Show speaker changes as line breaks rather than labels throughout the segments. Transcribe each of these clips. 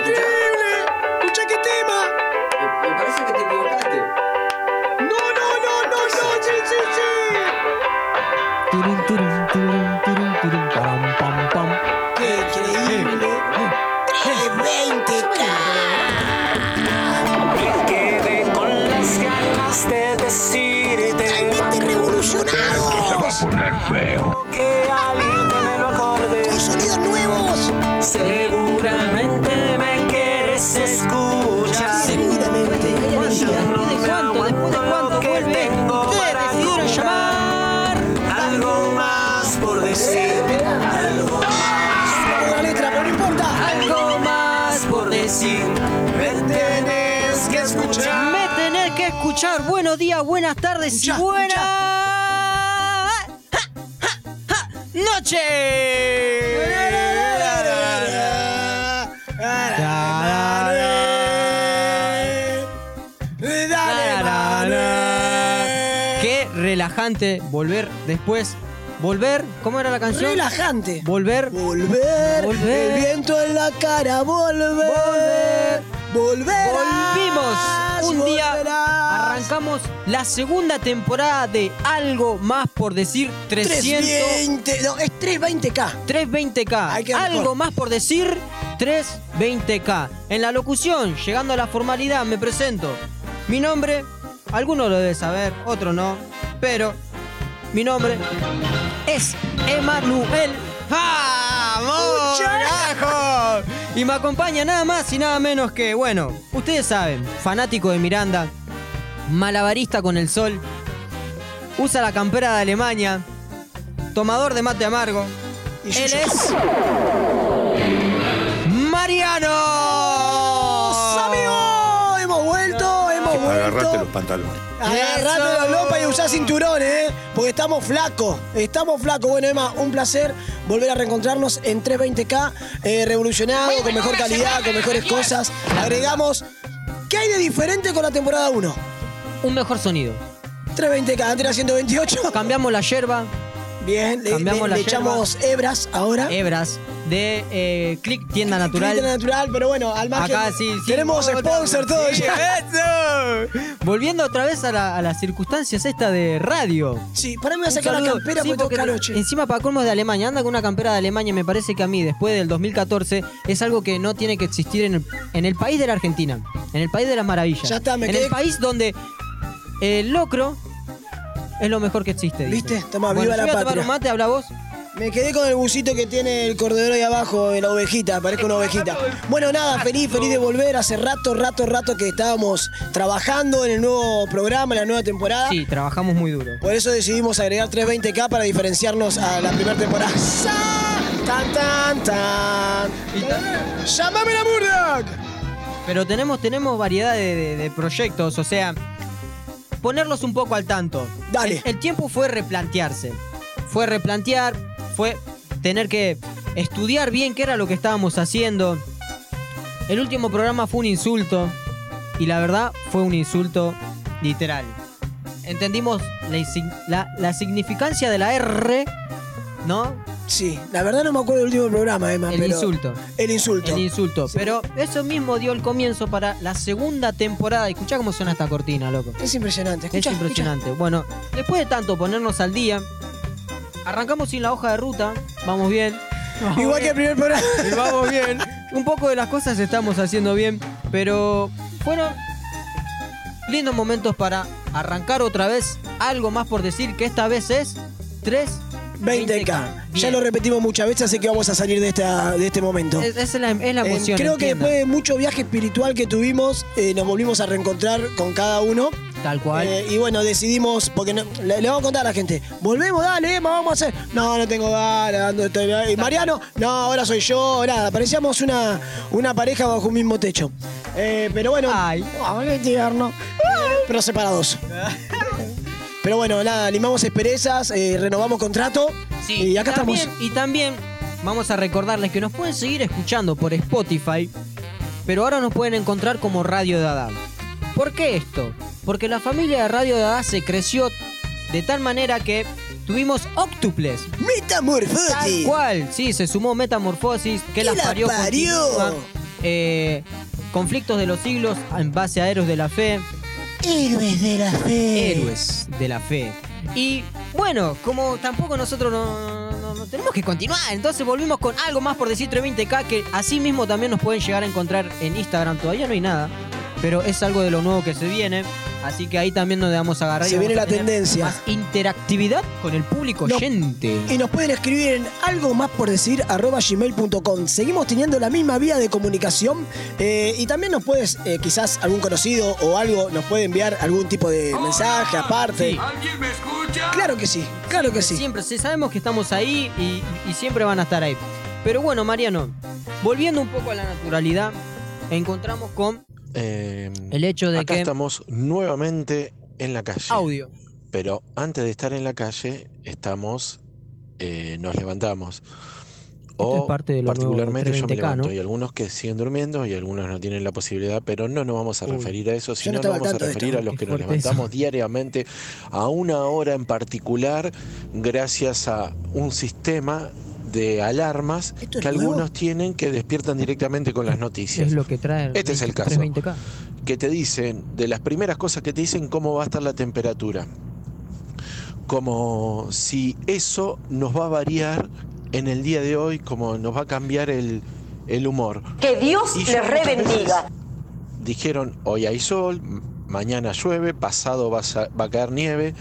¡Increíble! ¡Escucha qué tema!
Me, me parece que te equivocaste.
¡No, no, no, no, no! ¡Sí, sí, sí!
Tirin, tirin, tirin, tirin, tirin, param, pam, pam.
¡Qué increíble!
Me quedé con las ganas de decirte
Totalmente revolucionado.
que alguien que me lo acorde.
Con sonidos nuevos.
Seguramente me quieres escuchar.
Seguramente.
No me aguanto lo que tengo para llamar. Algo más por decir. Algo
La letra, pero no importa.
Algo más por decir, me tenés que escuchar.
Me tener que escuchar. Buenos días, buenas tardes
Escuchá,
y buenas. ¡Noche! Qué relajante volver después. Volver, ¿cómo era la canción?
Relajante.
Volver.
Volver,
Volver.
el viento en la cara,
Volver.
volver, volver.
Volvimos un día. Arrancamos la segunda temporada de Algo más por decir 300
320, no, es 320K.
320K.
Ahí queda
Algo
mejor.
más por decir, 320K. En la locución, llegando a la formalidad, me presento. Mi nombre, alguno lo debe saber, otro no, pero mi nombre es Emanuel. ¡Vamos! carajo! Y me acompaña nada más y nada menos que, bueno, ustedes saben, fanático de Miranda, malabarista con el sol, usa la campera de Alemania, tomador de mate amargo,
Y yo-
él es. ¡Mariano!
¡Amigos! Hemos vuelto, hemos
Agarrate los
vuelto.
pantalones.
Agarrate
Eso.
la lopa y usá cinturón, ¿eh? Porque estamos flacos, estamos flacos. Bueno, Emma, un placer volver a reencontrarnos en 320K, eh, revolucionado, con mejor calidad, con mejores cosas. Agregamos, ¿qué hay de diferente con la temporada 1?
Un mejor sonido.
320K, antes era 128.
Cambiamos la yerba,
Bien, le,
Cambiamos
le-
la
le
yerba.
echamos hebras ahora.
hebras, de eh, Click Tienda
Filtra
Natural.
natural, pero bueno, al margen.
Acá sí, sí.
tenemos
no,
sponsor
no,
todo
sí, eh.
ya.
¡Eso! Volviendo otra vez a, la- a las circunstancias esta de radio.
Sí, para mí me voy a
Un
sacar la
saludo.
campera
Sí,
porque tengo caroche.
Encima para colmo es de Alemania, anda con una campera de Alemania, me parece que a mí, después del 2014, es algo que no tiene que existir en el, en el país de la Argentina, en el país de las maravillas.
Ya está, me
En
quedé-
el país donde el locro es lo mejor que existe. dicen.
¿Viste? Toma,
Bueno,
viva
yo
la
voy a tomar
patria.
un mate, habla vos.
Me quedé con el busito que tiene el cordero ahí abajo, de la ovejita, parece una ovejita. Bueno, nada, feliz, feliz de volver. Hace rato, rato, rato que estábamos trabajando en el nuevo programa, en la nueva temporada.
Sí, trabajamos muy duro.
Por eso decidimos agregar 320K para diferenciarnos a la primera temporada. ¡Sa! ¡Tan, tan, tan! ¡Llámame la Murdoch!
Pero tenemos, tenemos variedad de, de- de proyectos, o sea, ponerlos un poco al tanto.
Dale.
El, el tiempo fue replantearse. Fue replantear, fue tener que estudiar bien qué era lo que estábamos haciendo. El último programa fue un insulto. Y la verdad, fue un insulto literal. Entendimos la, insi- la- la significancia de la R, ¿no?
Sí, la verdad no me acuerdo del último programa, Emma.
El
Ah, pero-
insulto.
El insulto.
El insulto. Pero eso mismo dio el comienzo para la segunda temporada. Escuchá cómo suena esta cortina, loco.
Es impresionante. Escuchá,
es impresionante. Bueno, después de tanto ponernos al día, arrancamos sin la hoja de ruta. Vamos bien.
escuchá. Igual que el primer programa.
Y vamos bien. Un poco de las cosas estamos haciendo bien, pero bueno, lindos momentos para arrancar otra vez. Algo más por decir que esta vez es 3
20K. Ya
Bien.
lo repetimos muchas veces, así que vamos a salir de, esta, de este momento.
Es, es la, es la
Eh,
emoción.
creo que
entiendan.
después de mucho viaje espiritual que tuvimos, eh, nos volvimos a reencontrar con cada uno.
Tal cual.
Eh, y bueno, decidimos, porque no- le, le vamos a contar a la gente, volvemos, dale, Emma, vamos a hacer. No, no tengo ganas, ando- estoy- eh, y Mariano, no, ahora soy yo, nada, parecíamos una, una pareja bajo un mismo techo. Eh, pero bueno,
Ay.
ah, qué tierno. Pero separados. Pero bueno, nada, limamos esperezas, eh, renovamos contrato
Sí,
y acá
también-
estamos.
Y también vamos a recordarles que nos pueden seguir escuchando por Spotify, pero ahora nos pueden encontrar como Radio Dada. ¿Por qué esto? Porque la familia de Radio Dada se creció de tal manera que tuvimos óctuples.
Metamorfosis.
Tal cual, sí, se sumó Metamorfosis, que
¿Qué
las
la
parió,
parió?
continúa. eh, conflictos de los siglos en base a héroes de la fe,
Héroes de la fe.
héroes de la fe. Y bueno, como tampoco nosotros no, no- no tenemos que continuar, entonces volvimos con algo más por decir 320K que así mismo también nos pueden llegar a encontrar en Instagram. Todavía no hay nada, pero es algo de lo nuevo que se viene. Así que ahí también nos damos agarrar. y
Se
vamos
viene
a
la
tener
tendencia.
Más interactividad con el público
No.
oyente.
Y nos pueden escribir en algo más por decir arroba gmail.com. Seguimos teniendo la misma vía de comunicación eh, y también nos puedes, eh, quizás algún conocido o algo, nos puede enviar algún tipo de mensaje aparte.
Sí.
¿Alguien me escucha?
Claro que sí, claro que sí.
Siempre, sí, sabemos que estamos ahí y, y siempre van a estar ahí. Pero bueno, Mariano, volviendo un poco a la naturalidad, encontramos con
Eh,
el hecho de
acá
que
estamos nuevamente en la calle.
audio.
Pero antes de estar en la calle, estamos, eh, nos levantamos. O
es parte de lo nuevo de
particularmente yo me
320K,
levanto.
¿no?
Hay algunos que siguen durmiendo y algunos no tienen la posibilidad, pero no nos vamos a
Uy,
referir a eso, sino
no
nos
estaba al
vamos a
tanto de esto,
referir a los
qué
que nos
fuerte eso.
levantamos diariamente a una hora en particular, gracias a un sistema de alarmas
¿Esto es
que
nuevo?
algunos tienen que despiertan directamente con las noticias
Es lo que trae el
Este es el caso.
320K.
que te dicen, de las primeras cosas que te dicen, cómo va a estar la temperatura. Como si eso nos va a variar en el día de hoy, como nos va a cambiar el, el humor.
Que Dios
Y yo
les
muchas veces
rebendiga.
Dijeron, hoy hay sol, m- mañana llueve, pasado va a, sa- va a caer nieve,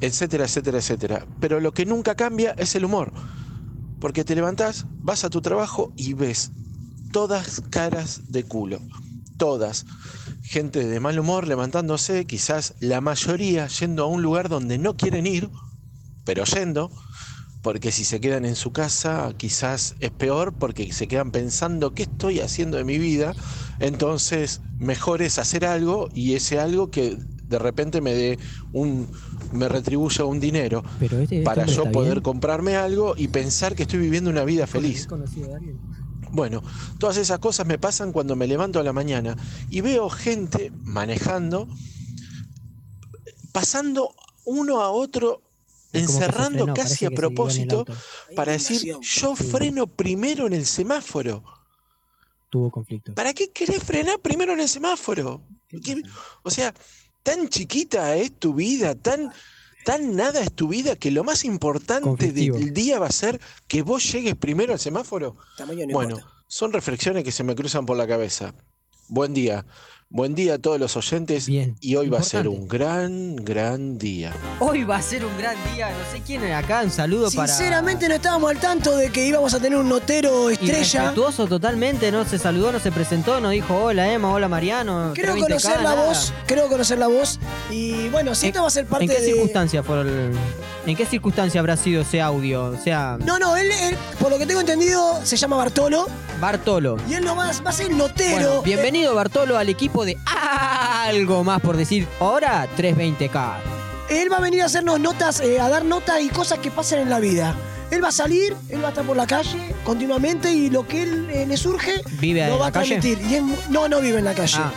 etcétera, etcétera, etcétera. Pero lo que nunca cambia es el humor. Porque te levantás, vas a tu trabajo y ves todas caras de culo. Todas. Gente de mal humor levantándose, quizás la mayoría yendo a un lugar donde no quieren ir, pero yendo. Porque si se quedan en su casa, quizás es peor porque se quedan pensando qué estoy haciendo de mi vida. Entonces, mejor es hacer algo y ese algo que de repente me dé un me retribuya un dinero
Pero este, este
para
hombre
yo
está
poder
bien.
comprarme algo y pensar que estoy viviendo una vida feliz. Bueno, todas esas cosas me pasan cuando me levanto a la mañana y veo gente manejando, pasando uno a otro,
Es como que se
encerrando
frenó,
casi
parece que se
a
iba en el
propósito
auto.
para decir,
Indignación.
yo freno primero en el semáforo.
Tuvo conflicto.
¿Para qué querés frenar primero en el semáforo? ¿Qué- o sea, tan chiquita es tu vida, tan, tan nada es tu vida, que lo más importante
Conflictivo.
del día va a ser que vos llegues primero al semáforo.
Tamaño no
Bueno,
importa.
son reflexiones que se me cruzan por la cabeza. Buen día. Buen día a todos los oyentes.
Bien,
Y hoy va a ser
importante.
un gran, gran día.
Hoy va a ser un gran día. No sé quién era acá. Un saludo para.
Sinceramente no estábamos al tanto de que íbamos a tener un notero estrella.
Respetuoso totalmente. No se saludó, no se presentó, no dijo hola Emma, hola Mariano.
Creo
320K,
conocer la
nada.
voz, creo conocer la voz. Y bueno, si
¿En-
esta va a ser parte
¿En qué
de...
circunstancia fue el- ¿En qué circunstancia habrá sido ese audio? O sea,
No, no, él, él, por lo que tengo entendido, se llama Bartolo.
Bartolo.
Y él nomás va a ser el notero.
Bueno,
eh,
bienvenido Bartolo al equipo de algo más por decir. Ahora 320K.
Él va a venir a hacernos notas, eh, a dar notas y cosas que pasan en la vida. Él va a salir, él va a estar por la calle continuamente y lo que él eh, le surge
¿Vive
lo
en
va
la
a
calle?
transmitir. Y es mu- no, no vive en la calle.
Ah.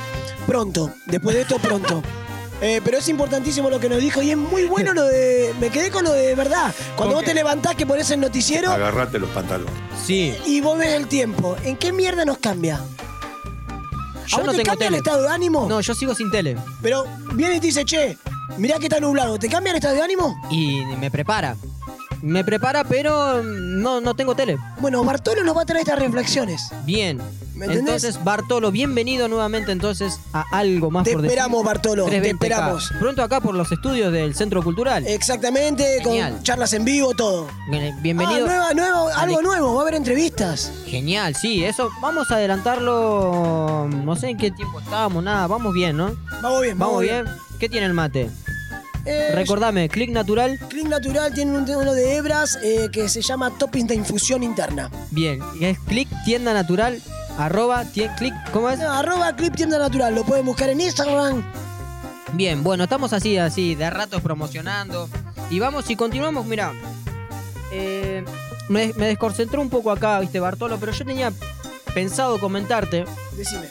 Pronto, después de esto pronto. Eh, pero es importantísimo lo que nos dijo y es muy bueno lo de... Me quedé con lo de verdad. Cuando
¿Con
vos
qué?
te levantás que pones el noticiero
Agarrate los pantalones.
Sí.
y vos ves el tiempo. ¿En qué mierda nos cambia?
Yo
¿A vos
no
te
tengo
cambia
tele.
el estado de ánimo?
No, yo sigo sin tele.
Pero viene y te dice, che, mirá que está nublado. ¿Te cambia el estado de ánimo?
Y me prepara. Me prepara, pero mm, no, no tengo tele.
Bueno, Bartolo nos va a traer estas reflexiones.
Bien.
¿Me entendés?
Entonces, Bartolo, bienvenido nuevamente entonces a algo más
Te
por decir.
esperamos, Bartolo, te
320K.
esperamos. Eh,
Pronto acá por los estudios del Centro Cultural.
Exactamente,
Genial.
con charlas en vivo, todo.
Bienvenido.
Ah, nueva, nueva, algo
Ale-
nuevo, va a haber entrevistas.
Genial, sí, eso vamos a adelantarlo. No sé en qué tiempo estábamos, nada, vamos bien, ¿no?
Vamos bien,
Vamos bien. ¿Qué tiene el mate?
Eh,
Recordame, clic natural.
Click Natural tiene un uno de hebras eh, que se llama toppings de infusión interna.
Bien, es clic tienda natural, arroba, tie- clic, ¿cómo es?
No, arroba Clip Tienda Natural, lo pueden buscar en Instagram.
Bien, bueno, estamos así, así, de ratos promocionando. Y vamos, y continuamos, mira. me, me desconcentró un poco acá, viste, Bartolo, pero yo tenía pensado comentarte
Decime.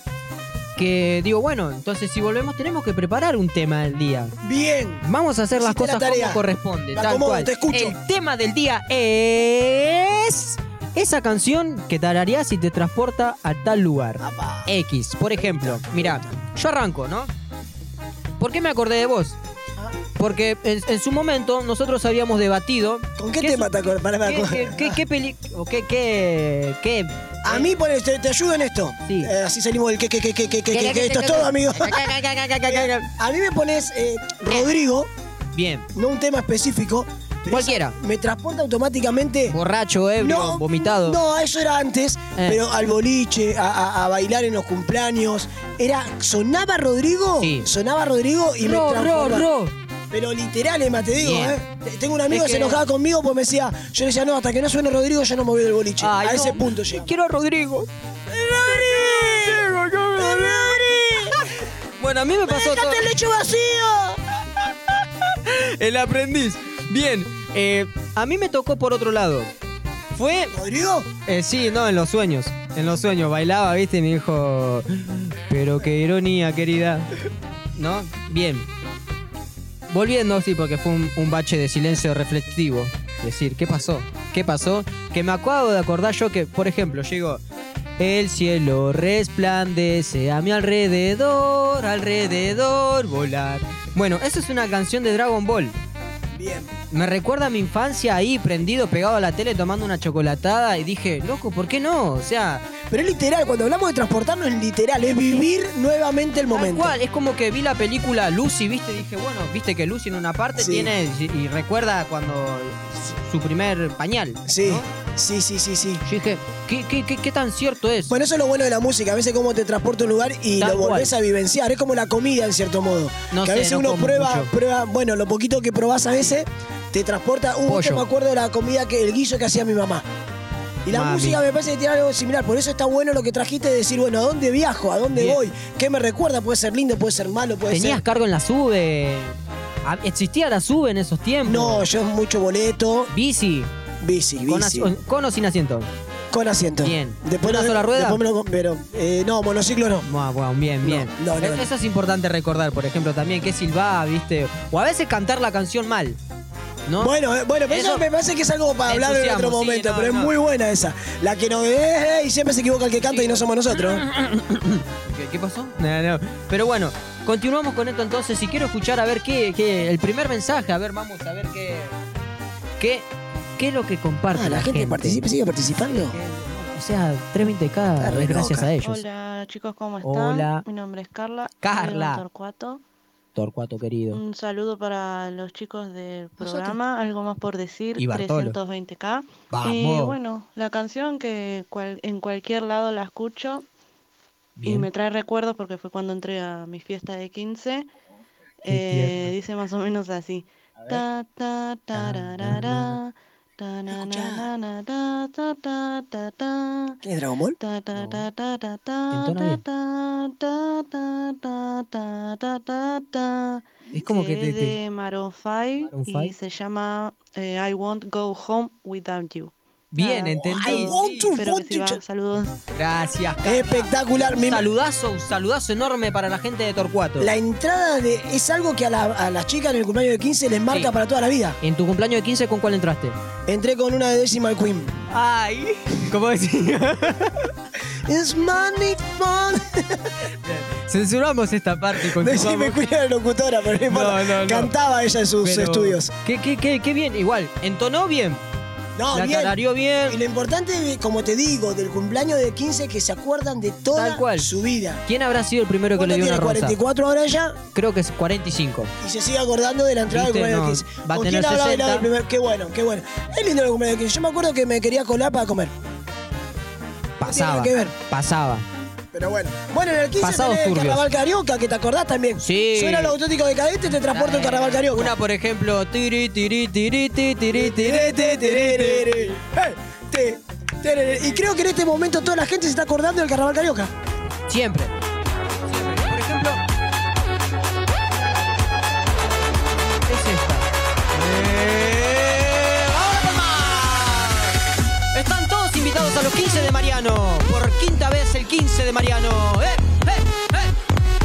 que digo, bueno, entonces si volvemos tenemos que preparar un tema del día.
Bien.
Vamos a hacer las
Hiciste la
cosas
tarea.
como corresponde.
La
tal
acomodo,
cual.
te escucho.
El tema del día es. Esa canción que tarareás y te transporta a tal lugar. X, por ejemplo. Mirá, yo arranco, ¿no? ¿Por qué me acordé de vos? Porque en, en su momento nosotros habíamos debatido...
¿Con qué,
es-
tema te acordás? Pará, pará,
¿Qué,
con-
qué, qué, qué peli- o qué- qué- qué-
A mí, ponele, te, te ayudo en esto.
Sí.
Eh, así salimos del que, que, que, que, que, que, que, que esto es todo, amigo. A mí me pones eh, Rodrigo,
Bien.
no un tema específico. pero
Cualquiera.
esa- Me transporta automáticamente.
Borracho, ebrio, vomitado.
No, eso era antes,
Eh.
pero al boliche, a, a- a bailar en los cumpleaños. Era, sonaba Rodrigo,
Sí.
sonaba Rodrigo y me
Ro, ro,
transformaba.
ro.
Pero literal, Emma, te digo,
Bien.
¿eh? Te- Tengo un amigo que
Es
se
que-
enojaba conmigo porque me decía, yo le decía, no, hasta que no suene Rodrigo yo no me voy del boliche.
Ay,
a
no.
ese punto llegamos.
Quiero a Rodrigo. Bueno, a mí me pasó todo.
el lecho vacío!
El aprendiz. Bien, eh, a mí me tocó por otro lado. Fue
¿Rodrigo?
Eh, sí, no, en los sueños. En los sueños. Bailaba, viste, y me dijo. Pero qué ironía, querida. ¿No? Bien. Volviendo, sí, porque fue un, un bache de silencio reflexivo. Es decir, ¿qué pasó? ¿Qué pasó? Que me acabo de acordar yo que, por ejemplo, llego. El cielo resplandece a mi alrededor, alrededor, volar. Bueno, eso es una canción de Dragon Ball.
Bien.
Me recuerda a mi infancia ahí prendido, pegado a la tele, tomando una chocolatada y dije, loco, ¿por qué no? O sea,
Pero es literal, cuando hablamos de transportarnos es literal, es vivir nuevamente el
tal
momento.
cual, es como que vi la película Lucy, viste, dije, bueno, viste que Lucy en una parte
Sí.
tiene y, y recuerda cuando su- su primer pañal.
Sí,
¿no?
sí, sí, sí, sí.
Yo dije, ¿qué, qué, qué, qué tan cierto es?
Bueno, eso es lo bueno de la música, a veces cómo te transporta a un lugar y
Tal
lo volvés
cual.
a vivenciar, es como la comida en cierto modo.
No
que a
sé,
veces
no
uno
como
prueba,
mucho.
prueba, bueno, lo poquito que probás a veces te transporta un
Pollo.
me acuerdo de la comida que el guiso que hacía mi mamá. Y la
Mami.
música me parece que tiene algo similar, por eso está bueno lo que trajiste de decir, bueno, ¿a dónde viajo? ¿A dónde
Bien.
voy? ¿Qué me recuerda? Puede ser lindo, puede ser malo, puede
Tenías
ser.
cargo en la sube. Ah, ¿Existía la sube en esos tiempos?
No, yo es mucho boleto,
Bici,
bici,
Con,
bici.
as- con o sin asiento.
Con asiento.
Bien.
Después
¿Una
lo-
sola rueda?
después me lo- pero, eh, no, monociclo no.
Buah, buah, bien, bien.
no, no,
E-
no.
Eso es importante recordar, por ejemplo, también que silbaba, viste. O a veces cantar la canción mal. ¿No?
Bueno, eh, bueno, pero eso,
Eso-
me parece que es algo para hablar en otro
Entusiasmo, sí,
momento,
no,
pero
no.
es muy buena esa. La que no ve eh, y siempre se equivoca el que canta y no somos nosotros.
Ah, ¿Qué, qué pasó? No, no. Pero bueno, continuamos con esto entonces. Si quiero escuchar a ver qué, qué- el primer mensaje, a ver, vamos a ver qué. ¿Qué, qué es lo que comparte
Ah,
la,
la gente participa, sigue participando.
O sea, 320k
re
es gracias
loca.
a ellos.
Hola chicos, ¿cómo están?
Hola.
Mi nombre es Carla.
Carla.
soy de Don Torcuato.
Torcuato querido.
Un saludo para los chicos del programa. Algo más por decir.
Y Bartolo.
320k. Y
Vamos.
Eh, bueno, la canción que cual- en cualquier lado la escucho y
Bien.
me trae recuerdos porque fue cuando entré a mi fiesta de 15. Eh, dice más o menos así. Ta, ta, tararara, ta, na, na, na, na, ta, ta, ta, ta, ta.
¿Quién es Dragon Ball?
Ta, ta,
No.
ta, ta, ta,
Entona
ta,
bien.
ta, ta, ta, ta, ta, ta, ta, ta.
Es como que
Es
te. te-
eh, de Maroon 5
Maroon
y
5.
se llama eh, I Won't Go Home Without You.
Bien,
Nada,
I
entendí.
want to,
Espero que
want to-
sirva. Saludos.
Gracias, Carla.
Espectacular.
Un
mi-
saludazo, un saludazo enorme para la gente de Torcuato.
La entrada de, es algo que a, la- a las chicas en el cumpleaños de 15 les marca
Sí.
para toda la vida.
En tu cumpleaños de 15, ¿con cuál entraste?
Entré con una de Decimal Queen.
Ay. ¿Cómo decía?
It's money fun.
Censuramos esta parte. y
Decime
continuamos.
Queen era locutora, pero no importa.
No, no, no.
Cantaba ella en sus
Pero-
estudios.
Qué, qué, qué, qué bien. Igual, entonó bien.
No,
la
bien.
tarareó bien.
Y lo importante, como te digo, del cumpleaños de 15 que se acuerdan de toda
Tal cual.
su vida.
¿Quién habrá sido el primero que
¿Cuánto
le dio
tiene?
una rosa?
44 ahora ya
Creo que es 45.
y se sigue acordando de la entrada
Viste,
del
no,
cumpleaños de 15.
va a
¿Con
tener
quién hablaba del
60?
lado del primer? Qué bueno, qué bueno. Es lindo el cumpleaños de 15. Yo me acuerdo que me quería colar para comer.
Pasaba.
que ver.
Pasaba.
Pero bueno. Bueno, en el 15
Pasados
tenés el
turbios.
carnaval carioca, que te acordás también.
Sí.
Suena el auténtico de cadete, te transporta el carnaval carioca.
Una, por ejemplo. Tiri, tiri, tiri, tiri, tiri, tiri, tiri, tiri.
Tererere. Eh, te- tererere. Y creo que en este momento toda la gente se está acordando del carnaval carioca.
Siempre. Siempre. Por ejemplo. Es esta. ¡Eh! ¡Vamos, la palma! Están todos invitados a los 15 de Mariano. Por quinta vez el 15 de Mariano. ¡Eh! ¡Eh!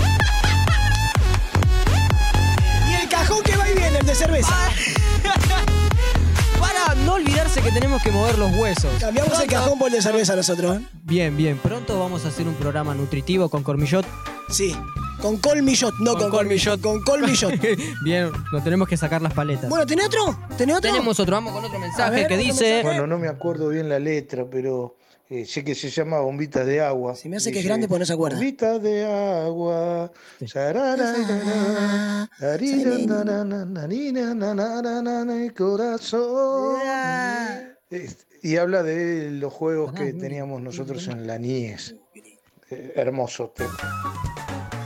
¡Eh!
Y el cajón que va y viene, el de cerveza.
ah. Para no olvidarse parece que tenemos que mover los huesos.
Cambiamos el
Pronto-
cajón por el de cerveza nosotros. ¿eh?
Bien, bien. Pronto vamos a hacer un programa nutritivo con Cormillot.
Sí. Con colmillot, no
Con
con,
colmillot.
colmillot. Con colmillot.
bien, nos tenemos que sacar las paletas.
bueno, ¿tenés otro? ¿Tenés otro?
Tenemos otro, vamos con otro mensaje
A ver,
que
otro
dice...
mensaje.
Bueno, no me acuerdo bien la letra, pero eh, sé que se llama Bombitas de Agua.
Se me hace que es grande porque no se acuerda.
Bombitas de agua. sarararara, dariranarananananananana, el corazón. Es- Y habla de los juegos que teníamos nosotros en la niñez. Eh, Hermoso tema.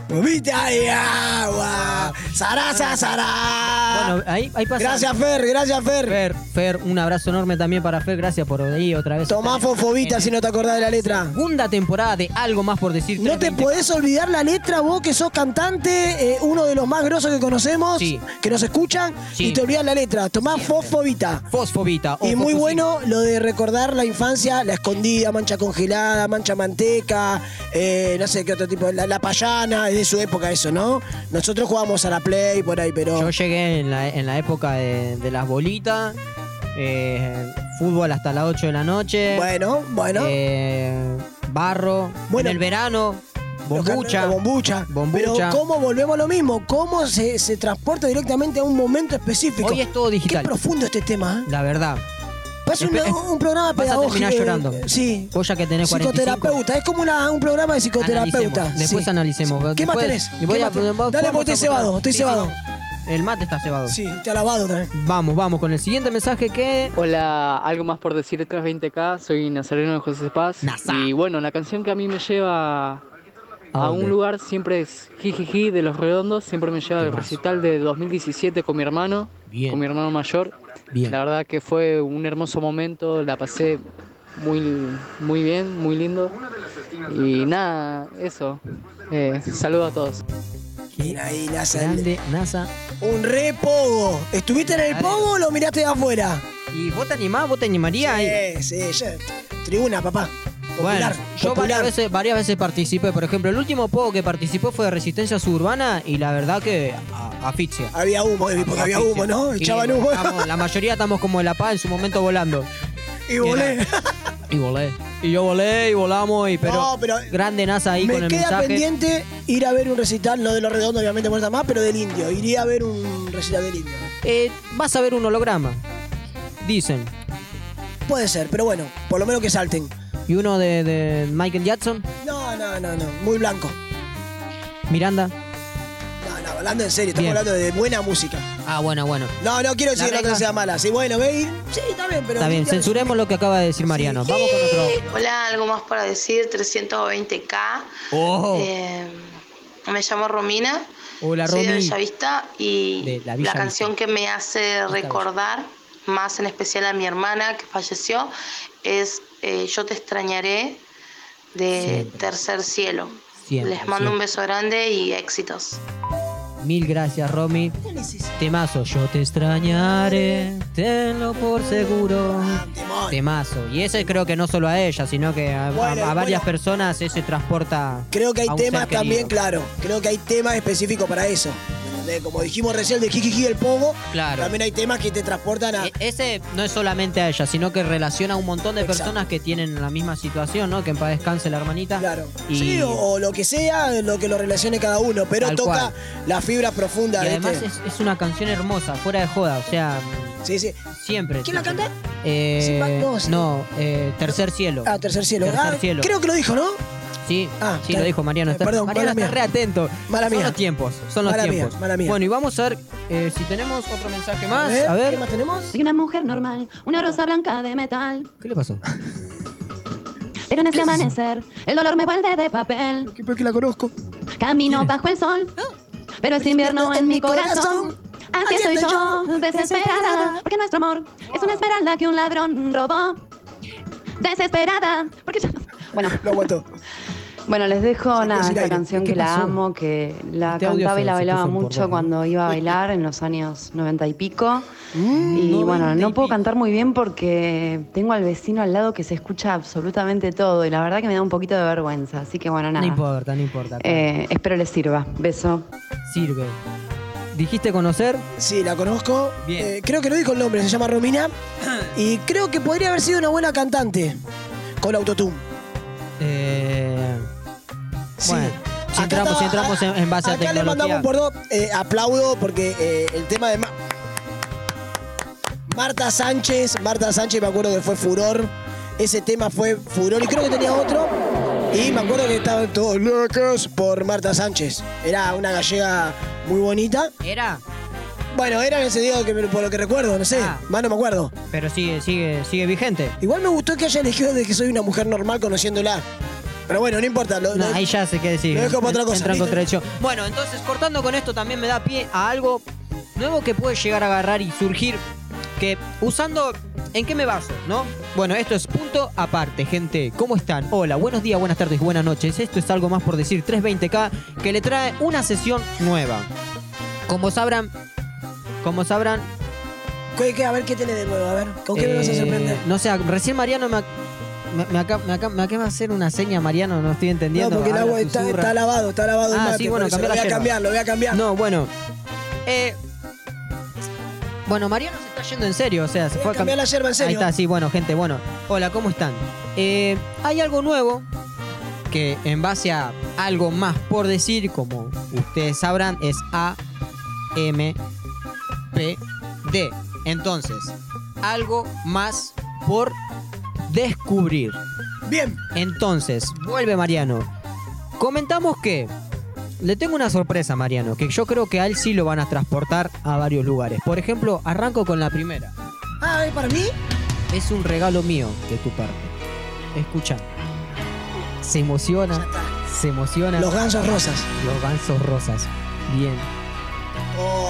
Vomita de agua. Sarasa, sará.
Bueno, ahí, ahí pasa...
gracias, Fer, gracias, Fer.
Fer, Fer, un abrazo enorme también para Fer, gracias por ahí otra vez.
Tomá fosfobita si no te acordás de la letra.
Segunda temporada de Algo Más por Decir.
No te
320.
podés olvidar la letra, vos que sos cantante, eh, uno de los más grosos que conocemos,
Sí.
que nos escuchan,
Sí.
y te olvidás la letra. Tomás fosfobita.
Fosfobita. o
Y muy
Fosfosita.
bueno lo de recordar la infancia, la escondida, mancha congelada, mancha manteca, eh, no sé qué otro tipo, la, la payana, es de su época eso, ¿no? Nosotros jugábamos a la Play por ahí, pero
Yo llegué en la, en la época de, de las bolitas, eh, fútbol hasta las 8 de la noche,
bueno, bueno.
eh, barro,
Bueno.
en el verano,
Los can-
bombucha.
la bombucha.
Bombucha.
Pero cómo volvemos a lo mismo, cómo se, se transporta directamente a un momento específico.
Hoy es todo
Qué
digital,
profundo este tema. ¿eh?
la verdad.
Parece un,
Espe-
un programa
Vas a
pedagógico.
terminar
eh,
llorando.
Sí.
Vos ya que tenés 45,
Psicoterapeuta, es como una- un programa de psicoterapeuta.
analicemos. Después
sí.
analicemos.
¿Qué más
Después-
tenés?
y voy
¿Qué
a-
más tenés?
vamos
Dale,
a
porque estoy
tocar-
cebado, estoy
Sí,
cebado.
sí. El mate está cebado.
Sí, te ha lavado también.
Vamos, vamos con el siguiente mensaje que.
Hola, algo más por decir 320K, soy Nazareno de José Paz.
Nazá.
Y bueno, la canción que a mí me lleva a
dónde?
un lugar siempre es Jijiji de los Redondos, siempre me lleva al recital de 2017 con mi hermano,
Bien.
con mi hermano mayor.
Bien.
La verdad que fue un hermoso momento, la pasé muy, muy bien, muy lindo. Y nada, eso. Eh, saludos a todos.
Bien ahí, NASA.
Grande, NASA.
Un re pogo. ¿Estuviste en el
Claro.
pogo o lo miraste de afuera?
¿Y vos te animás? ¿Vos te animarías? eh. Y-
Sí, sí, yo- Tribuna, papá. Popular,
bueno, yo varias
popular.
veces, varias veces participé. Por ejemplo, el último poco que participó fue de Resistencia Suburbana y la verdad que a- asfixia.
Había humo,
Ah,
Evi, porque había
Asfixia.
humo, ¿no?
Y
Echaban humo.
estamos- la mayoría estamos como en La Paz en su momento volando.
Y volé.
ah, Y volé. Y yo volé y volamos. Y, pero,
No, pero
grande NASA ahí
Me
con el
queda
mensaje.
pendiente ir a ver un recital, no de los redondos, obviamente, muerta más, pero del indio. Iría a ver un recital del indio.
Eh, vas a ver un holograma. Dicen.
Puede ser, pero bueno, por lo menos que salten.
Y uno de, de Michael Jackson,
No, no, no, no. Muy blanco.
Miranda.
No, no, hablando en serio, estamos
Bien.
hablando de buena música.
Ah, bueno, bueno.
No, no quiero decir
La
que no
regla-
sea mala. Sí, bueno, ve y- Sí, está bien, pero.
Está bien, censuremos lo que acaba de decir Mariano. Vamos con otro.
Hola, algo más para decir, 320K.
Oh,
Eh, me llamo Romina,
hola
soy de
Romy.
Bellavista y
De la
la,
Villa
canción que me hace recordar, más en especial a mi hermana que falleció, es eh, Yo te extrañaré de
Siempre.
Tercer Cielo.
Siempre,
Les mando
siempre.
un beso grande y éxitos.
Mil gracias, Romy. Temazo, yo te extrañaré, tenlo por seguro. Temazo. Y ese creo que no solo a ella, sino que a, a-
Bueno,
a varias
bueno.
personas ese transporta.
Creo que hay
a un
temas
ser querido.
también, claro. Creo que hay temas específicos para eso. ¿Entendés? Como dijimos recién, de Jijiji el Pogo,
Claro.
también hay temas que te transportan a.
E- Ese no es solamente a ella, sino que relaciona a un montón de
Exacto.
personas que tienen la misma situación, ¿no? Que en paz descanse la hermanita.
Claro.
Y-
Sí, o, o lo que sea, lo que lo relacione cada uno, pero
Tal
toca
cual.
las fibras
Y
profundas de
además
este.
es, es una canción hermosa, fuera de joda, o sea,
Sí, sí.
siempre.
¿Quién la
siempre.
canta?
Eh,
Sin
no,
Bad Boss.
eh, Tercer Cielo.
Ah, Tercer Cielo.
Tercer
Ah,
Cielo.
Creo que lo dijo, ¿no?
Sí,
Ah, está
sí, lo
bien.
dijo Mariano.
Eh,
está-
perdón,
Mariano
mala
está
mía.
re atento.
Mala
son
mía.
los tiempos, son los
Mala mía,
tiempos.
mala mía.
Bueno, y vamos a ver eh, si tenemos otro mensaje más. A ver,
¿Qué más tenemos?
Soy una mujer normal, una rosa blanca de metal.
¿qué le pasó?
Pero en este amanecer, el dolor me vuelve de papel.
¿Qué- ¿Por qué la conozco?
Camino bajo el sol, pero es invierno Ah. en mi corazón. Así estoy yo, desesperada, Oh. porque nuestro amor es una esmeralda que un ladrón robó. Desesperada, porque yo... Bueno,
Lo aguantó.
bueno, les dejo
Salió
nada,
sin
esta
aire.
canción
¿Qué
que la
pasó?
amo, que la
Este audio
cantaba
se-
y la
se
bailaba
puso en
mucho
porro,
cuando iba a bailar en los años noventa y pico. Y bueno,
90 Mm, y
no puedo
pico.
cantar muy bien porque tengo al vecino al lado que se escucha absolutamente todo y la verdad que me da un poquito de vergüenza. Así que bueno,
No
nada.
importa, no importa.
Eh, espero les sirva. Beso.
Sirve. ¿Dijiste conocer?
Sí, la conozco. Eh, creo que no dijo el nombre, se llama Romina. Y creo que podría haber sido una buena cantante con autotune.
Eh,
Sí.
Bueno, si
Acá
entramos, si
estaba-
entramos en, en base a
Acá le mandamos
tecnología.
por dos. eh, aplaudo porque eh, el tema de Ma- Marta Sánchez, Marta Sánchez me acuerdo que fue furor. Ese tema fue furor y creo que tenía otro. Y me acuerdo que estaban todos locos por Marta Sánchez. Era una gallega muy bonita.
¿Era?
Bueno, era en el sentido que me- por lo que recuerdo, no sé.
Ah.
Más no me acuerdo.
Pero sigue, sigue, sigue vigente.
Igual me gustó que haya elegido de que soy una mujer normal conociéndola. Pero bueno, no importa. Lo,
No,
lo-
ahí ya sé qué decir.
Lo dejo para otra cosa,
Entra en
¿viste?
contradicción. Bueno, entonces cortando con esto también me da pie a algo nuevo que puede llegar a agarrar y surgir. Que usando. ¿En qué me baso? ¿No? Bueno, esto es punto aparte, gente. ¿Cómo están? Hola, buenos días, buenas tardes, buenas noches. Esto es algo más por decir 320K que le trae una sesión nueva. Como sabrán. Como sabrán.
¿Qué- qué? a ver qué tiene de nuevo, a ver. ¿Con qué me vas a
eh,
sorprender?
No sé, recién Mariano me, ac- me, me acá- me acá- me acaba de hacer una seña, Mariano, no estoy
No,
entendiendo.
porque el
Habla,
agua está,
susurra.
está lavado, está lavado el
Ah,
mate,
sí, bueno,
por eso
cambiá
lo voy
la
a
yerba.
cambiar, lo voy a cambiar.
No, bueno. Eh, bueno, Mariano se está yendo en serio, o sea, se fue a
cambiar la yerba, en
Ahí
serio.
está, sí, bueno, gente, bueno. Hola, ¿cómo están? Eh, hay algo nuevo que en base a algo más por decir, como ustedes sabrán, es A M P D. Entonces, algo más por descubrir.
Bien.
Entonces, vuelve Mariano. Comentamos que le tengo una sorpresa, Mariano, que yo creo que a él sí lo van a transportar a varios lugares. Por ejemplo, arranco con la primera.
Ah, ¿eh, ¿para mí?
Es un regalo mío de tu parte. Escucha. Se emociona. Se emociona.
Los gansos rosas.
Los gansos rosas. Bien.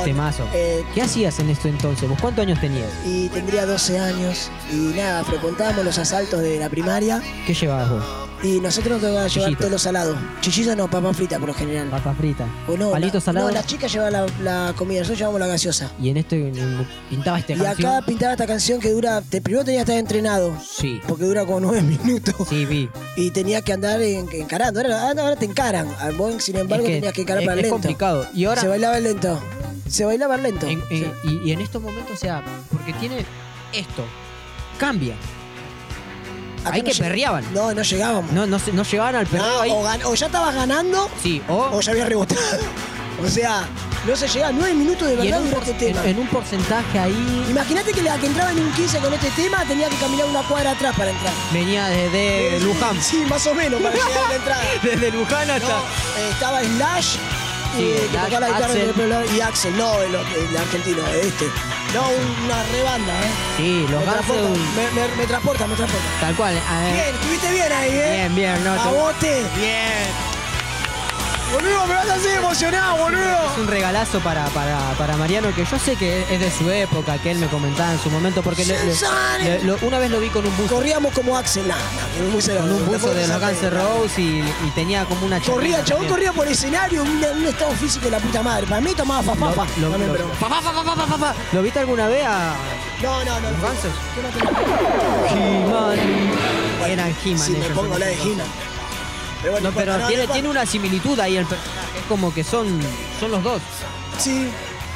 Temazo.
eh,
¿Qué hacías en esto entonces? ¿Vos cuántos años tenías?
Y tendría 12 años. Y nada, frecuentábamos los asaltos de la primaria.
¿Qué llevabas vos?
Y nosotros nos tocaba llevar
Chichito.
todo lo salado. Chichita no, papa frita por lo general.
Papa frita.
O no,
Palito
la-
salado.
No, las chicas llevaban la, la comida, nosotros llevábamos la gaseosa.
Y en esto en- pintaba esta
Y
canción.
acá pintaba esta canción que dura. Te, primero tenía que estar entrenado.
Sí.
Porque dura como nueve minutos.
Sí, vi.
Y tenía que andar en- encarando. Ahora, ahora te encaran. A vos, sin embargo,
Es que
tenías que encarar
es-
para
es
el lento.
complicado. Y ahora-
Se bailaba el lento. Se bailaba el lento.
En- en- y, y en estos momentos, o sea, porque tiene esto, cambia.
Acá
Ahí
no
que
lleg-
perreaban.
No, no llegábamos.
No, no, se- no llegaban al perreo
No,
ahí.
Ah, o, gan- o ya estabas ganando
Sí, o.
o Oh, ya habías rebotado. o sea, no se llega a nueve minutos de
Y en
verdad
un,
durante
por-
este tema.
en- en un porcentaje ahí
Imagínate que la que entraba en un 15 con este tema tenía que caminar una cuadra atrás para entrar.
venía desde Eh, Luján.
Sí, más o menos para llegar a la entrada.
Desde Luján hasta.
No, eh, estaba Slash,
Sí,
eh, que
Slash,
tocaba la guitarra
Axel.
de Pablo Lab- y Axel, no el, el argentino, este. No, una rebanda, ¿eh?
Sí, los
me,
Guns
transporta,
un-
me, me- me transporta, me transporta.
Tal cual. a ver.
Bien, estuviste bien ahí, ¿eh?
Bien, bien, no.
a
te-
bote.
Bien.
Boludo, me vas a hacer emocionado,
Es
boludo.
un regalazo para, para, para Mariano, que yo sé que es de su época, que él me comentaba en su momento, porque le- le-
Sensane.
le- lo- una vez lo vi con un buzo.
Corríamos como Axel, nada, con un buzo,
Con un buzo
tampoco
de los
exageré.
Guns N' Roses y, y tenía como una
Corría,
chaqueta
el chabón
también.
corría por el escenario, un, un estado físico de la puta madre. Para mí tomaba fafafa.
Lo- lo-
También,
lo-
pero-
fa, fa, fa, fa, fa, fa, fa. ¿Lo viste alguna vez a
No, no, no.
los Guns?
¿Qué más tenés?
He-Man. Eran He-Man.
Si me
ellos,
pongo
eran
la de
He-Man.
Gina. Pero bueno,
No,
importa,
pero
no,
tiene,
no
tiene una similitud ahí el personaje. Es como que son, son los dos.
importa. Sí,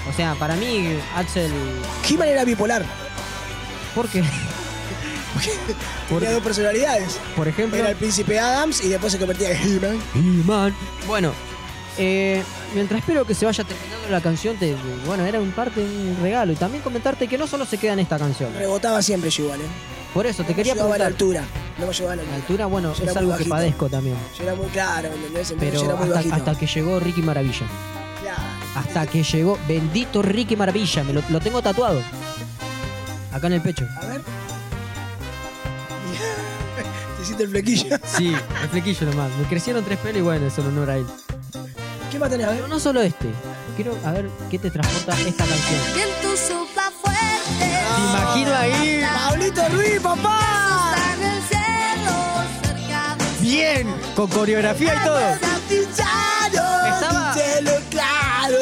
O sea, para mí, Axel.
He-Man era bipolar.
¿Por qué?
Tenía dos personalidades.
Por ejemplo.
Era el príncipe Adams y después se convertía en He-Man.
He-Man. Bueno, eh, mientras espero que se vaya terminando la canción, te, bueno, era un parte, un regalo. Y también comentarte que no solo se queda en esta canción.
Rebotaba siempre yo igual, ¿eh?
Por eso, te
No
quería
llegaba a la
preguntar.
altura. No me llevaba a la
La
altura.
altura, bueno,
Yo
es
era muy
algo que
bajito.
padezco también.
Yo era muy claro, ¿me ¿entendés? Entonces yo
Pero
era muy
hasta,
bajito.
hasta que llegó Ricky Maravilla.
Claro.
Hasta que llegó, bendito Ricky Maravilla. Me lo, lo tengo tatuado. Acá en el pecho.
A ver. Te hiciste el flequillo.
Sí, el flequillo nomás. Me crecieron tres pelos y bueno, eso en honor a él.
¿Qué más tenés? A ver.
Pero no solo este. Quiero a ver qué te transporta esta canción.
Viento sopla fuerte.
Te imagino ahí.
¡Pablito Ruiz, papá!
Está en el cielo, cerca de
Bien, con coreografía y todo. Estaba-
Estaba... claro.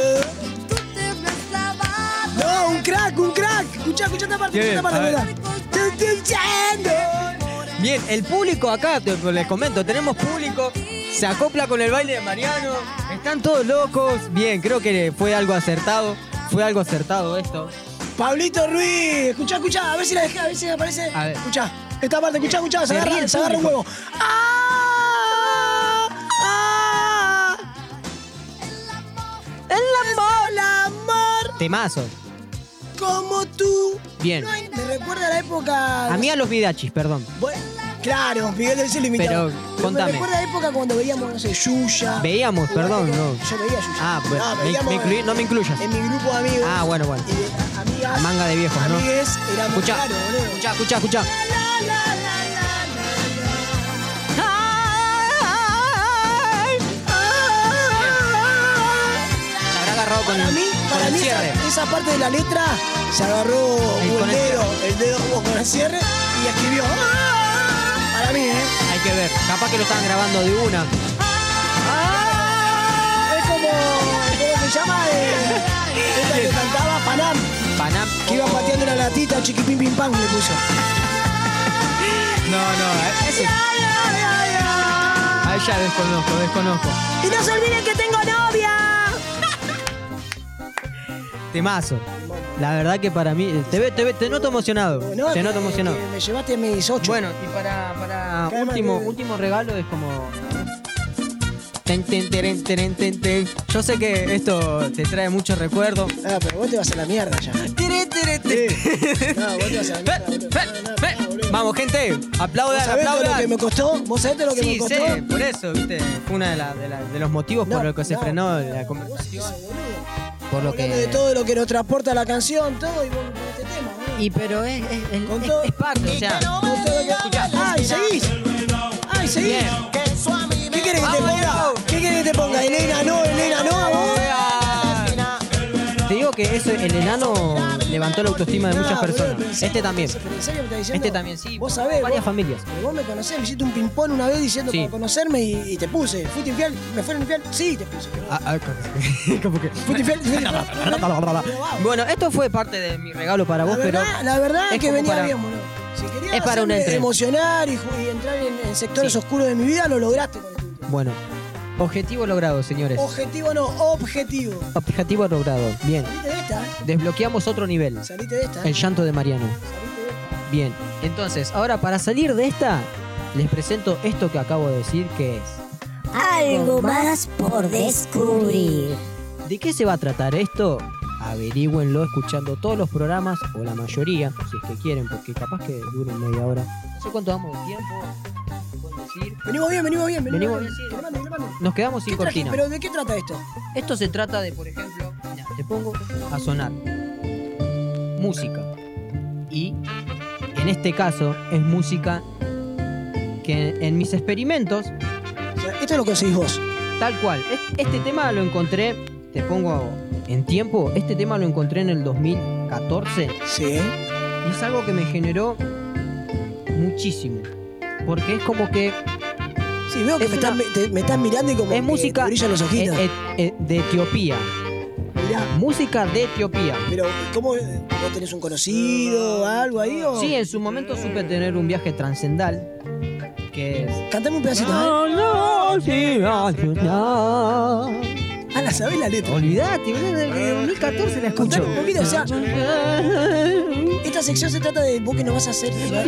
tú te ves clavado.
No, un crack, un crack. Escucha, escucha esta parte,
Qué
escuchá
bien,
esta parte,
a ver.
mirá. Te estoy echando.
Bien, el público acá, te- les comento, pues, tenemos público. se acopla con el baile de Mariano. Están todos locos. Bien, creo que fue algo acertado. Fue algo acertado esto.
Pablito Ruiz, escuchá, escuchá, a ver si la dejé, a ver si aparece.
A ver.
Escuchá, esta parte, escuchá, escuchá, se
Me
agarra,
ríe
se agarra un
público.
huevo. ¡Ah! ¡Ah!
El
amor, el amor
Temazo.
como tú.
Bien.
No hay- Me recuerda a la época.
A mí a los vidachis, perdón.
Bueno, claro, Miguel del Cielo imitaba.
Pero,
Me
contame.
recuerda a la época cuando veíamos, no sé, Yuya.
Veíamos, perdón, no.
Yo veía Yuya.
Ah, pues,
No,
me-
veíamos
me incluí-
en-
no me incluyas.
En mi grupo de amigos.
Ah, bueno, bueno.
Amigas.
Manga de viejos, ¿no?
Amigues, era muy
Escuchá,
caro, boludo.
escuchá, escuchá, escuchá. Se habrá agarrado con,
Para
el-
mí,
con
para
el
mí
cierre.
esa, esa parte de la letra se agarró hubo
con
el
el
dedo, el dedo hubo con el cierre y escribió. Para mí, ¿eh?
Hay que ver. Capaz que lo estaban grabando de una.
Es como, ¿cómo se llama? Eh, esta que cantaba Panam,
Panam.
que iba pateando la latita, chiquipim pim pam, le puso.
No, no, eh, eso. Ahí ya desconozco, desconozco.
Y no se olviden que tengo novia.
Temazo. La verdad que para mí. Te, ve- te, ve- te noto emocionado.
No,
te
que-
noto emocionado.
que eh, Me llevaste a mis ocho.
Bueno, y para, para
Calma,
último,
que-
último regalo es como. Ten, ten, teren, teren, ten, ten. Yo sé que esto te trae muchos recuerdos.
Ah, pero vos te vas a la mierda ya.
Tere, tere, tere.
No, vos te vas a la mierda. boludo.
Ve, ve. Vamos, gente.
¿Vos
Aplaudan,
sabés todo lo
aplaudan.
que me costó? ¿Vos sabés todo lo que
sí,
me costó?
sé, por eso, viste. Fue uno de, la- de la- de los motivos por
No,
los que se
no,
frenó la conversación. Por lo
Hablando de
que.
todo lo que nos transporta la canción, todo, y vos con este tema, boludo.
Y pero es, es, es-
Con
es-
todo-
es parte, o sea.
Con todo lo que- ¡Ay, seguís! ¡Ay, seguís!
Bien.
¿Qué querés que te
Vamos,
ponga?
Diego.
¿Qué querés que te ponga? ¿Elena no? ¿Elena no a vos?
Te digo que eso, el enano levantó la autoestima de muchas
Ah, boludo,
personas.
pero en serio,
Este también.
pero en serio me estás diciendo?
Este también, sí.
Vos sabés,
Varias
vos,
familias.
pero vos me conocés, me hiciste un ping-pong una vez diciendo
Sí.
para conocerme y, y te puse. ¿Fuiste infiel? ¿Me fueron infiel? Sí, te puse.
Ah, ah, como- como que-
¿Fuiste infiel? ¿Fuiste infiel?
Bueno, esto fue parte de mi regalo para
La
vos, pero.
verdad, la verdad
es
es que
como
venía
para-
bien, boludo. Si querías
Es para un
hacerme
entre.
emocionar y, ju- y entrar en, en sectores oscuros de mi vida, lo lograste. con esto.
Bueno, objetivo logrado, señores.
Objetivo no, objetivo.
Objetivo logrado. Bien.
Salite de esta, eh.
Desbloqueamos otro nivel.
salite de esta. eh.
El llanto de Mariano. Bien. Entonces, ahora para salir de esta, les presento esto que acabo de decir, que es.
Algo más por descubrir.
¿De qué se va a tratar esto? Averígüenlo escuchando todos los programas o la mayoría, si es que quieren, porque capaz que duren media hora. No sé cuánto vamos de tiempo. pueden decir.
Venimos bien, venimos bien,
Venimos
venimos bien.
bien, sí.
Que le manden, que le manden.
Nos quedamos sin
¿Qué traje?
cortina.
¿Pero de qué trata esto?
Esto se trata de, por ejemplo, mirá, te pongo a sonar música. Y en este caso es música que en mis experimentos
O sea, esto lo conseguís vos.
Tal cual. Es- Este tema lo encontré, te pongo en tiempo, este tema lo encontré en el 2014
Sí.
y es algo que me generó muchísimo. Porque es como que
Sí, veo que
Es
me,
una-
estás, te- me estás mirando y como
es
que
música
te brillan los ojitos.
eh, eh, eh, de Etiopía.
Mirá,
Música de Etiopía.
pero ¿cómo eh, vos tenés un conocido, algo ahí o...?
Sí, eh. en su momento supe tener un viaje trascendal que es...
Cantame un pedacito, a
No, no, sí, no, sí, no.
ver. Ah, la sabés la letra.
Olvidate, boludo, desde 2014 la escucho.
Contame un poquito, o sea, esta sección se trata de vos que nos vas a hacer, ¿verdad?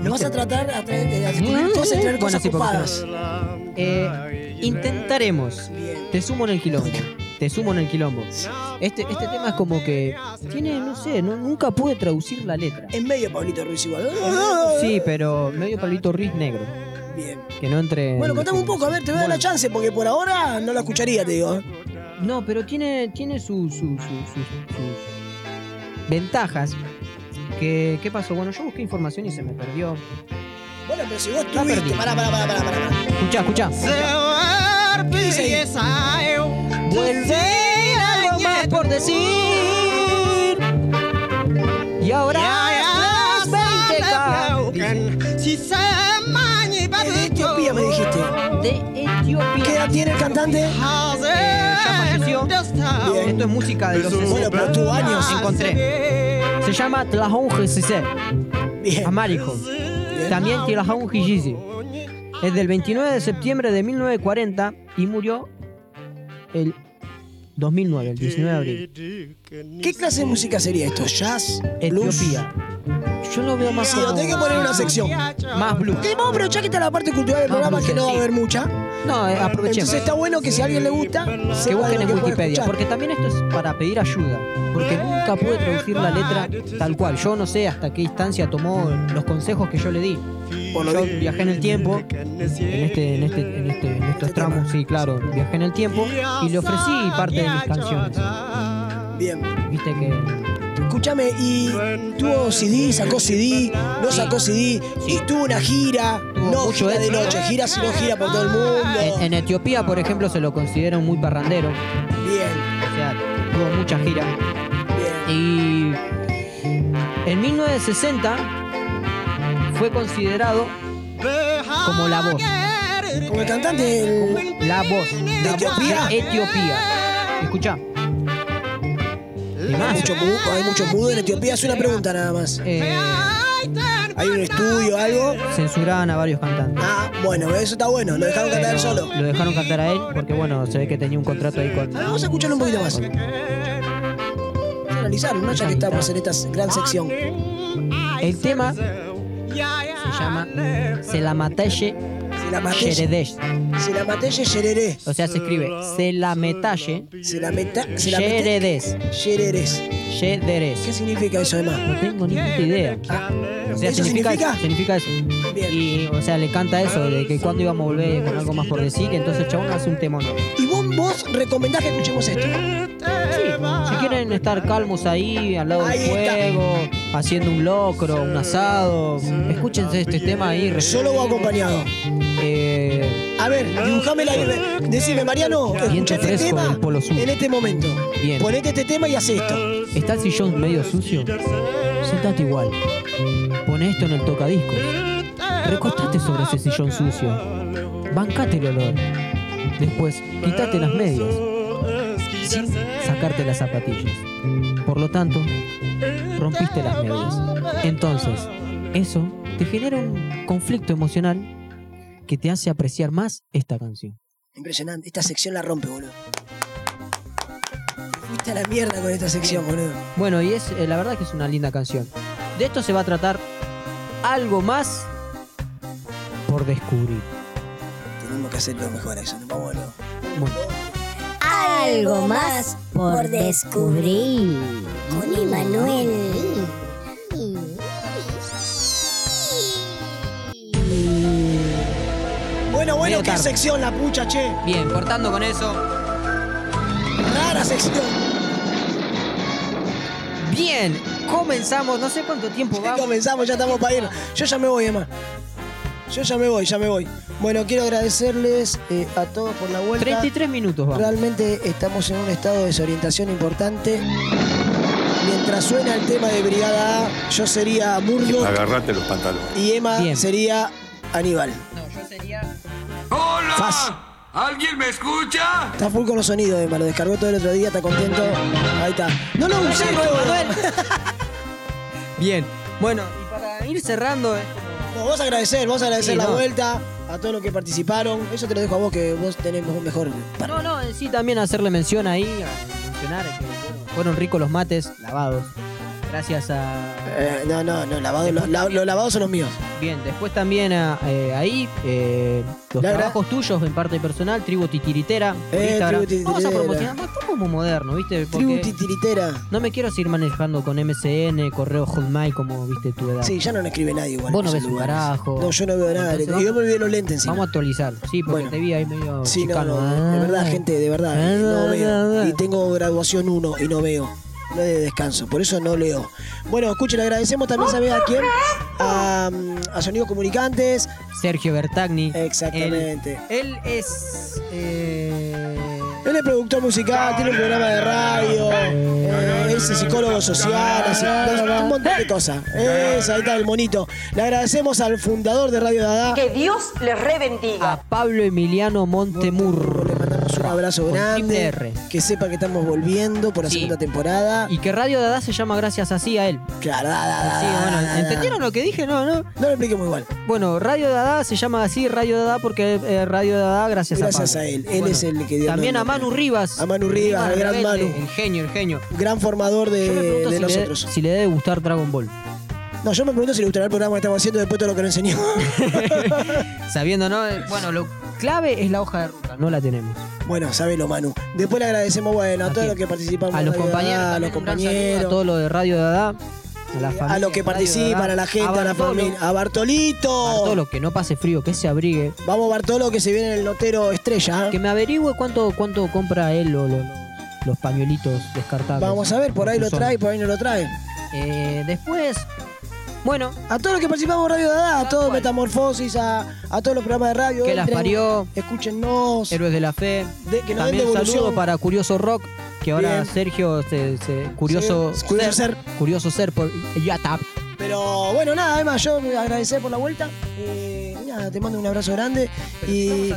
nos vas a tratar a través de a descubrir cosas y traer
Bueno,
cosas
sí, porque-
copadas.
Eh, intentaremos.
Bien.
Te sumo en el quilombo. Te sumo en el quilombo. Este, este tema es como que tiene, no sé, no- nunca pude traducir la letra.
En medio, Pablito Ruiz igual.
Sí, pero medio palito Riz negro.
Bien.
Que no entre.
Bueno, contame un poco, a ver, te voy a dar la chance, porque por ahora no la escucharía, te
Ah.
digo. ¿eh?
No, pero tiene, tiene su- su- su- su- sus ventajas. Que, ¿Qué pasó? Bueno, yo busqué información y se me perdió.
Bueno, pero si vos
La perdí.
tuviste. Pará, pará, pará, pará, pará.
Escucha, escucha. Vuelve algo más por decir. Y ahora es las 20K
Es de Etiopía, me dijiste.
de Etiopía.
¿Qué edad tiene el cantante?
Eh, ya falleció.
Bien.
Esto es música de los 60.
Bueno, pero tu año sí.
Encontré. Se llama Tlajón GCC.
Bien.
Amarico. También Tlajón GCC. es del 29 de septiembre de 1940 y murió el 2009, el 19 de abril.
¿Qué clase de música sería esto? ¿Jazz? ¿Blues?
Yo no veo más
Sí, lo tenés que poner en una sección.
Más blues.
Que vamos a aprovechar que está la parte cultural del
Más
programa
blues,
que no va a
Ah, sí.
haber mucha.
No, eh, aprovechemos.
Entonces está bueno que si a alguien le gusta, sepa
que
de
busquen
lo
en
que puede
Wikipedia,
escuchar.
porque también esto es para pedir ayuda, porque nunca pude traducir la letra tal cual. Yo no sé hasta qué instancia tomó los consejos que yo le di. yo viajé en el tiempo, en este, en este, en este- en estos tramos, sí, claro, viajé en el tiempo y le ofrecí parte de mis canciones.
Bien.
Viste que
Escúchame, y tuvo CD, sacó CD, no sacó CD, y tuvo una gira, no
mucho
gira de
éxito.
noche, gira si no gira por todo el mundo.
en, en Etiopía, por ejemplo, se lo consideran muy parrandero.
Bien,
O sea, tuvo mucha gira. Y en 1960 fue considerado como la voz.
Como el cantante del-
La voz. la voz
Etiopía?
de Etiopía. Escucha.
Hay mucho, mu- hay mucho mudo en Etiopía, es una pregunta nada más.
eh,
¿Hay un estudio, algo?
Censuraban a varios cantantes.
Ah, bueno, eso está bueno, lo dejaron cantar él solo.
Lo dejaron cantar a él porque, bueno, se ve que tenía un contrato ahí con.
Vamos a escucharlo un poquito más. Analizaron, ¿no? Ya que estamos en esta gran sección.
El tema se llama Selamatalle
Selamatalle.
Sheredesh.
Selamatelle Yereré.
O sea, se escribe Selametalle
Selameta- Selamete-
Sheredesh.
Yererés.
Yederes.
¿Qué significa eso, además?
No tengo ni puta idea. O sea,
Ah, ¿Eso
significa,
significa?
significa eso. Y, o sea, le canta eso, de que cuando íbamos a volver con algo más por decir, que entonces el chabón hace un temón.
Y vos, vos recomendás que escuchemos esto.
Si quieren estar calmos ahí, al lado del
Ahí está.
fuego, haciendo un locro, un asado, escúchense este tema ahí.
Solo o acompañado.
Eh,
A ver, dibujame la Decime, Mariano, escucha este
fresco
tema
del Polo Sur.
en este momento.
Bien.
Ponete este tema y haz esto.
¿Está el sillón medio sucio? Sentate igual. Pone esto en el tocadiscos. Recostate sobre ese sillón sucio. Bancate el olor. Después, quítate las medias. Sin sacarte las zapatillas. Por lo tanto, rompiste las medias. Entonces, eso te genera un conflicto emocional que te hace apreciar más esta canción.
Impresionante, esta sección la rompe, boludo. Te Fuiste a la mierda con esta sección, boludo.
Bueno, y es eh, la verdad que es una linda canción. De esto se va a tratar algo más por descubrir.
Tenemos que hacerlo mejor a eso, no vamos a lo-
Bueno,
Algo más por descubrir con Emanuel.
Bueno, bueno,
Medio
qué
tarde.
sección la pucha, che.
bien, cortando con eso.
Rara sección.
Bien, comenzamos. No sé cuánto tiempo
Ya
vamos.
comenzamos, ya estamos para ir. Yo ya me voy, Emma. Yo ya me voy, ya me voy. Bueno, quiero agradecerles eh, a todos por la vuelta.
33 minutos vamos.
Realmente estamos en un estado de desorientación importante. Mientras suena el tema de Brigada A, yo sería Burgo
Agarrate los pantalones.
y Emma
Bien.
sería Aníbal.
¡Hola!
Fácil.
¿Alguien me escucha?
Está full con los sonidos, Emma. Lo descargó todo el otro día, está contento. Ahí está. No lo usé, todo.
Bien, bueno, y para ir cerrando. eh,
No, vos agradecer, vos agradecer
Sí,
la
no.
vuelta a todos los que participaron. Eso te lo dejo a vos, que vos tenés mejor.
No, no, en sí también hacerle mención ahí, a mencionar que bueno, fueron ricos los mates lavados. Gracias a.
Eh, no, no, no, lavado, lo- la- los lavados son los míos.
Bien, después también a- eh, ahí eh, los
La
trabajos tuyos en parte personal, Tribu Titiritera. por
Eh,
Instagram.
Tribu
Vamos a
Titiritera.
promocionar, pues, estamos como moderno, ¿viste?
Tribu
Porque
titiritera.
no me quiero seguir manejando con MCN, correo hotmail, como viste tu edad.
Sí, ya no le escribe nadie igual.
Vos
en
no
esos
ves un
lugares.
carajo.
No, yo no veo nada.
Entonces,
y yo me olvidé los lentes encima.
Vamos a actualizar, sí, porque
Bueno.
te vi ahí medio
Sí, no,
chicano.
no, de verdad,
Ah.
gente, de verdad, eh,
Ah,
no
ah,
veo.
ah,
Y tengo graduación 1 y no veo. No es de descanso, por eso no leo. Bueno, escuchen, agradecemos también, ¿sabés a quién? A, mm, a Sonidos Comunicantes.
Sergio Bertagni.
Exactamente.
Él es. eh,
Él es productor musical, tiene un programa de radio, eh, es psicólogo social, así, un montón de cosas. Es, ahí está el monito. Le agradecemos al fundador de Radio Dada.
Que Dios les rebendiga.
Pablo Emiliano Montemur.
Un abrazo
Este Con
grande.
Tim DR.
Que sepa que estamos volviendo por la
Sí.
segunda temporada.
Y que Radio Dada se llama gracias así a él.
Claro, da, da, da,
Sí,
da,
bueno,
da, da.
¿entendieron lo que dije? No, no.
No lo expliquemos igual.
Bueno, Radio Dada se llama así Radio Dada porque eh, Radio Dada gracias,
Gracias
a
a
Pablo.
él. Él
Bueno,
es el que dio
También a
nombre.
Manu Rivas. Ah,
A Manu Rivas, el gran
rebelde,
Manu.
El genio, el genio.
Gran formador de,
Yo me pregunto
de
si, le,
nosotros.
si le debe gustar Dragon Ball.
No, yo me pregunto si le gustará el programa que estamos haciendo después de todo lo que nos enseñó.
Sabiendo, ¿no? Eh, Bueno, lo clave es la hoja de ruta, no la tenemos.
bueno, sabelo, Manu. Después le agradecemos, bueno, a, todos los que participamos.
A los
en Radio
compañeros,
Dada, a los
también un gran saludo
compañeros.
a todo lo de Radio Dada. A, la familia
a los
de
que
Radio
participan,
Dada,
a la gente, a, la
Bartolo,
familia, a Bartolito.
Bartolo, que no pase frío, que se abrigue.
Vamos Bartolo que se viene el notero estrella. ¿eh?
Que me averigüe cuánto, cuánto compra él o lo- lo- los pañuelitos descartables.
Vamos a ver, por ahí lo trae, por ahí no lo trae.
eh, después, bueno.
A todos los que participamos en Radio Dada, a todos Metamorfosis, a, a todos los programas de radio.
Que las
entren,
parió.
Escúchennos.
Héroes de la Fe.
De- que nos den
También
devolución.
saludo para Curioso Rock, que ahora
Bien.
Sergio, se, se- curioso,
Sí, curioso ser.
Curioso ser por YATAP.
Pero bueno, nada, Emma, yo me agradecer por la vuelta. Eh, nada, te mando un abrazo grande. y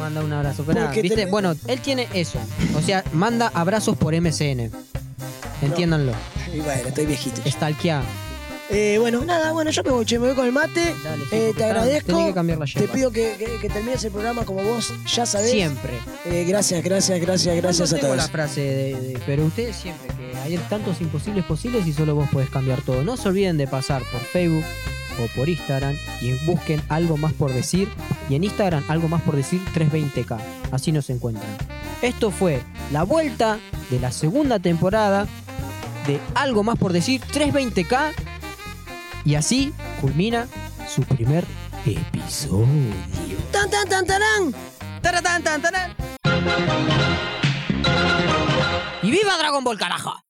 Manda un abrazo. Pero nada,
Porque
¿viste?
tenés-
Bueno, él tiene eso. O sea, manda abrazos por MCN. Entiéndanlo.
Y bueno, estoy viejito.
Stalkeá.
eh, bueno, nada, bueno, yo me voy, che, me voy con el mate. Eh, te
está- tenés
agradezco.
que cambiar la
te
yerba.
pido que, que- que termines el programa como vos ya sabés.
Siempre.
Eh, gracias, gracias, gracias, gracias
Yo
a
tengo
todos.
la frase de, de- pero ustedes siempre que hay tantos imposibles posibles y solo vos podés cambiar todo. No se olviden de pasar por Facebook o por Instagram y busquen algo más por decir y en Instagram algo más por decir 320k. Así nos encuentran. Esto fue la vuelta de la segunda temporada de algo más por decir 320k y así culmina su primer episodio.
Tan tan tan tarán.
Taratán, tan, tarán. Y viva Dragon Ball carajo.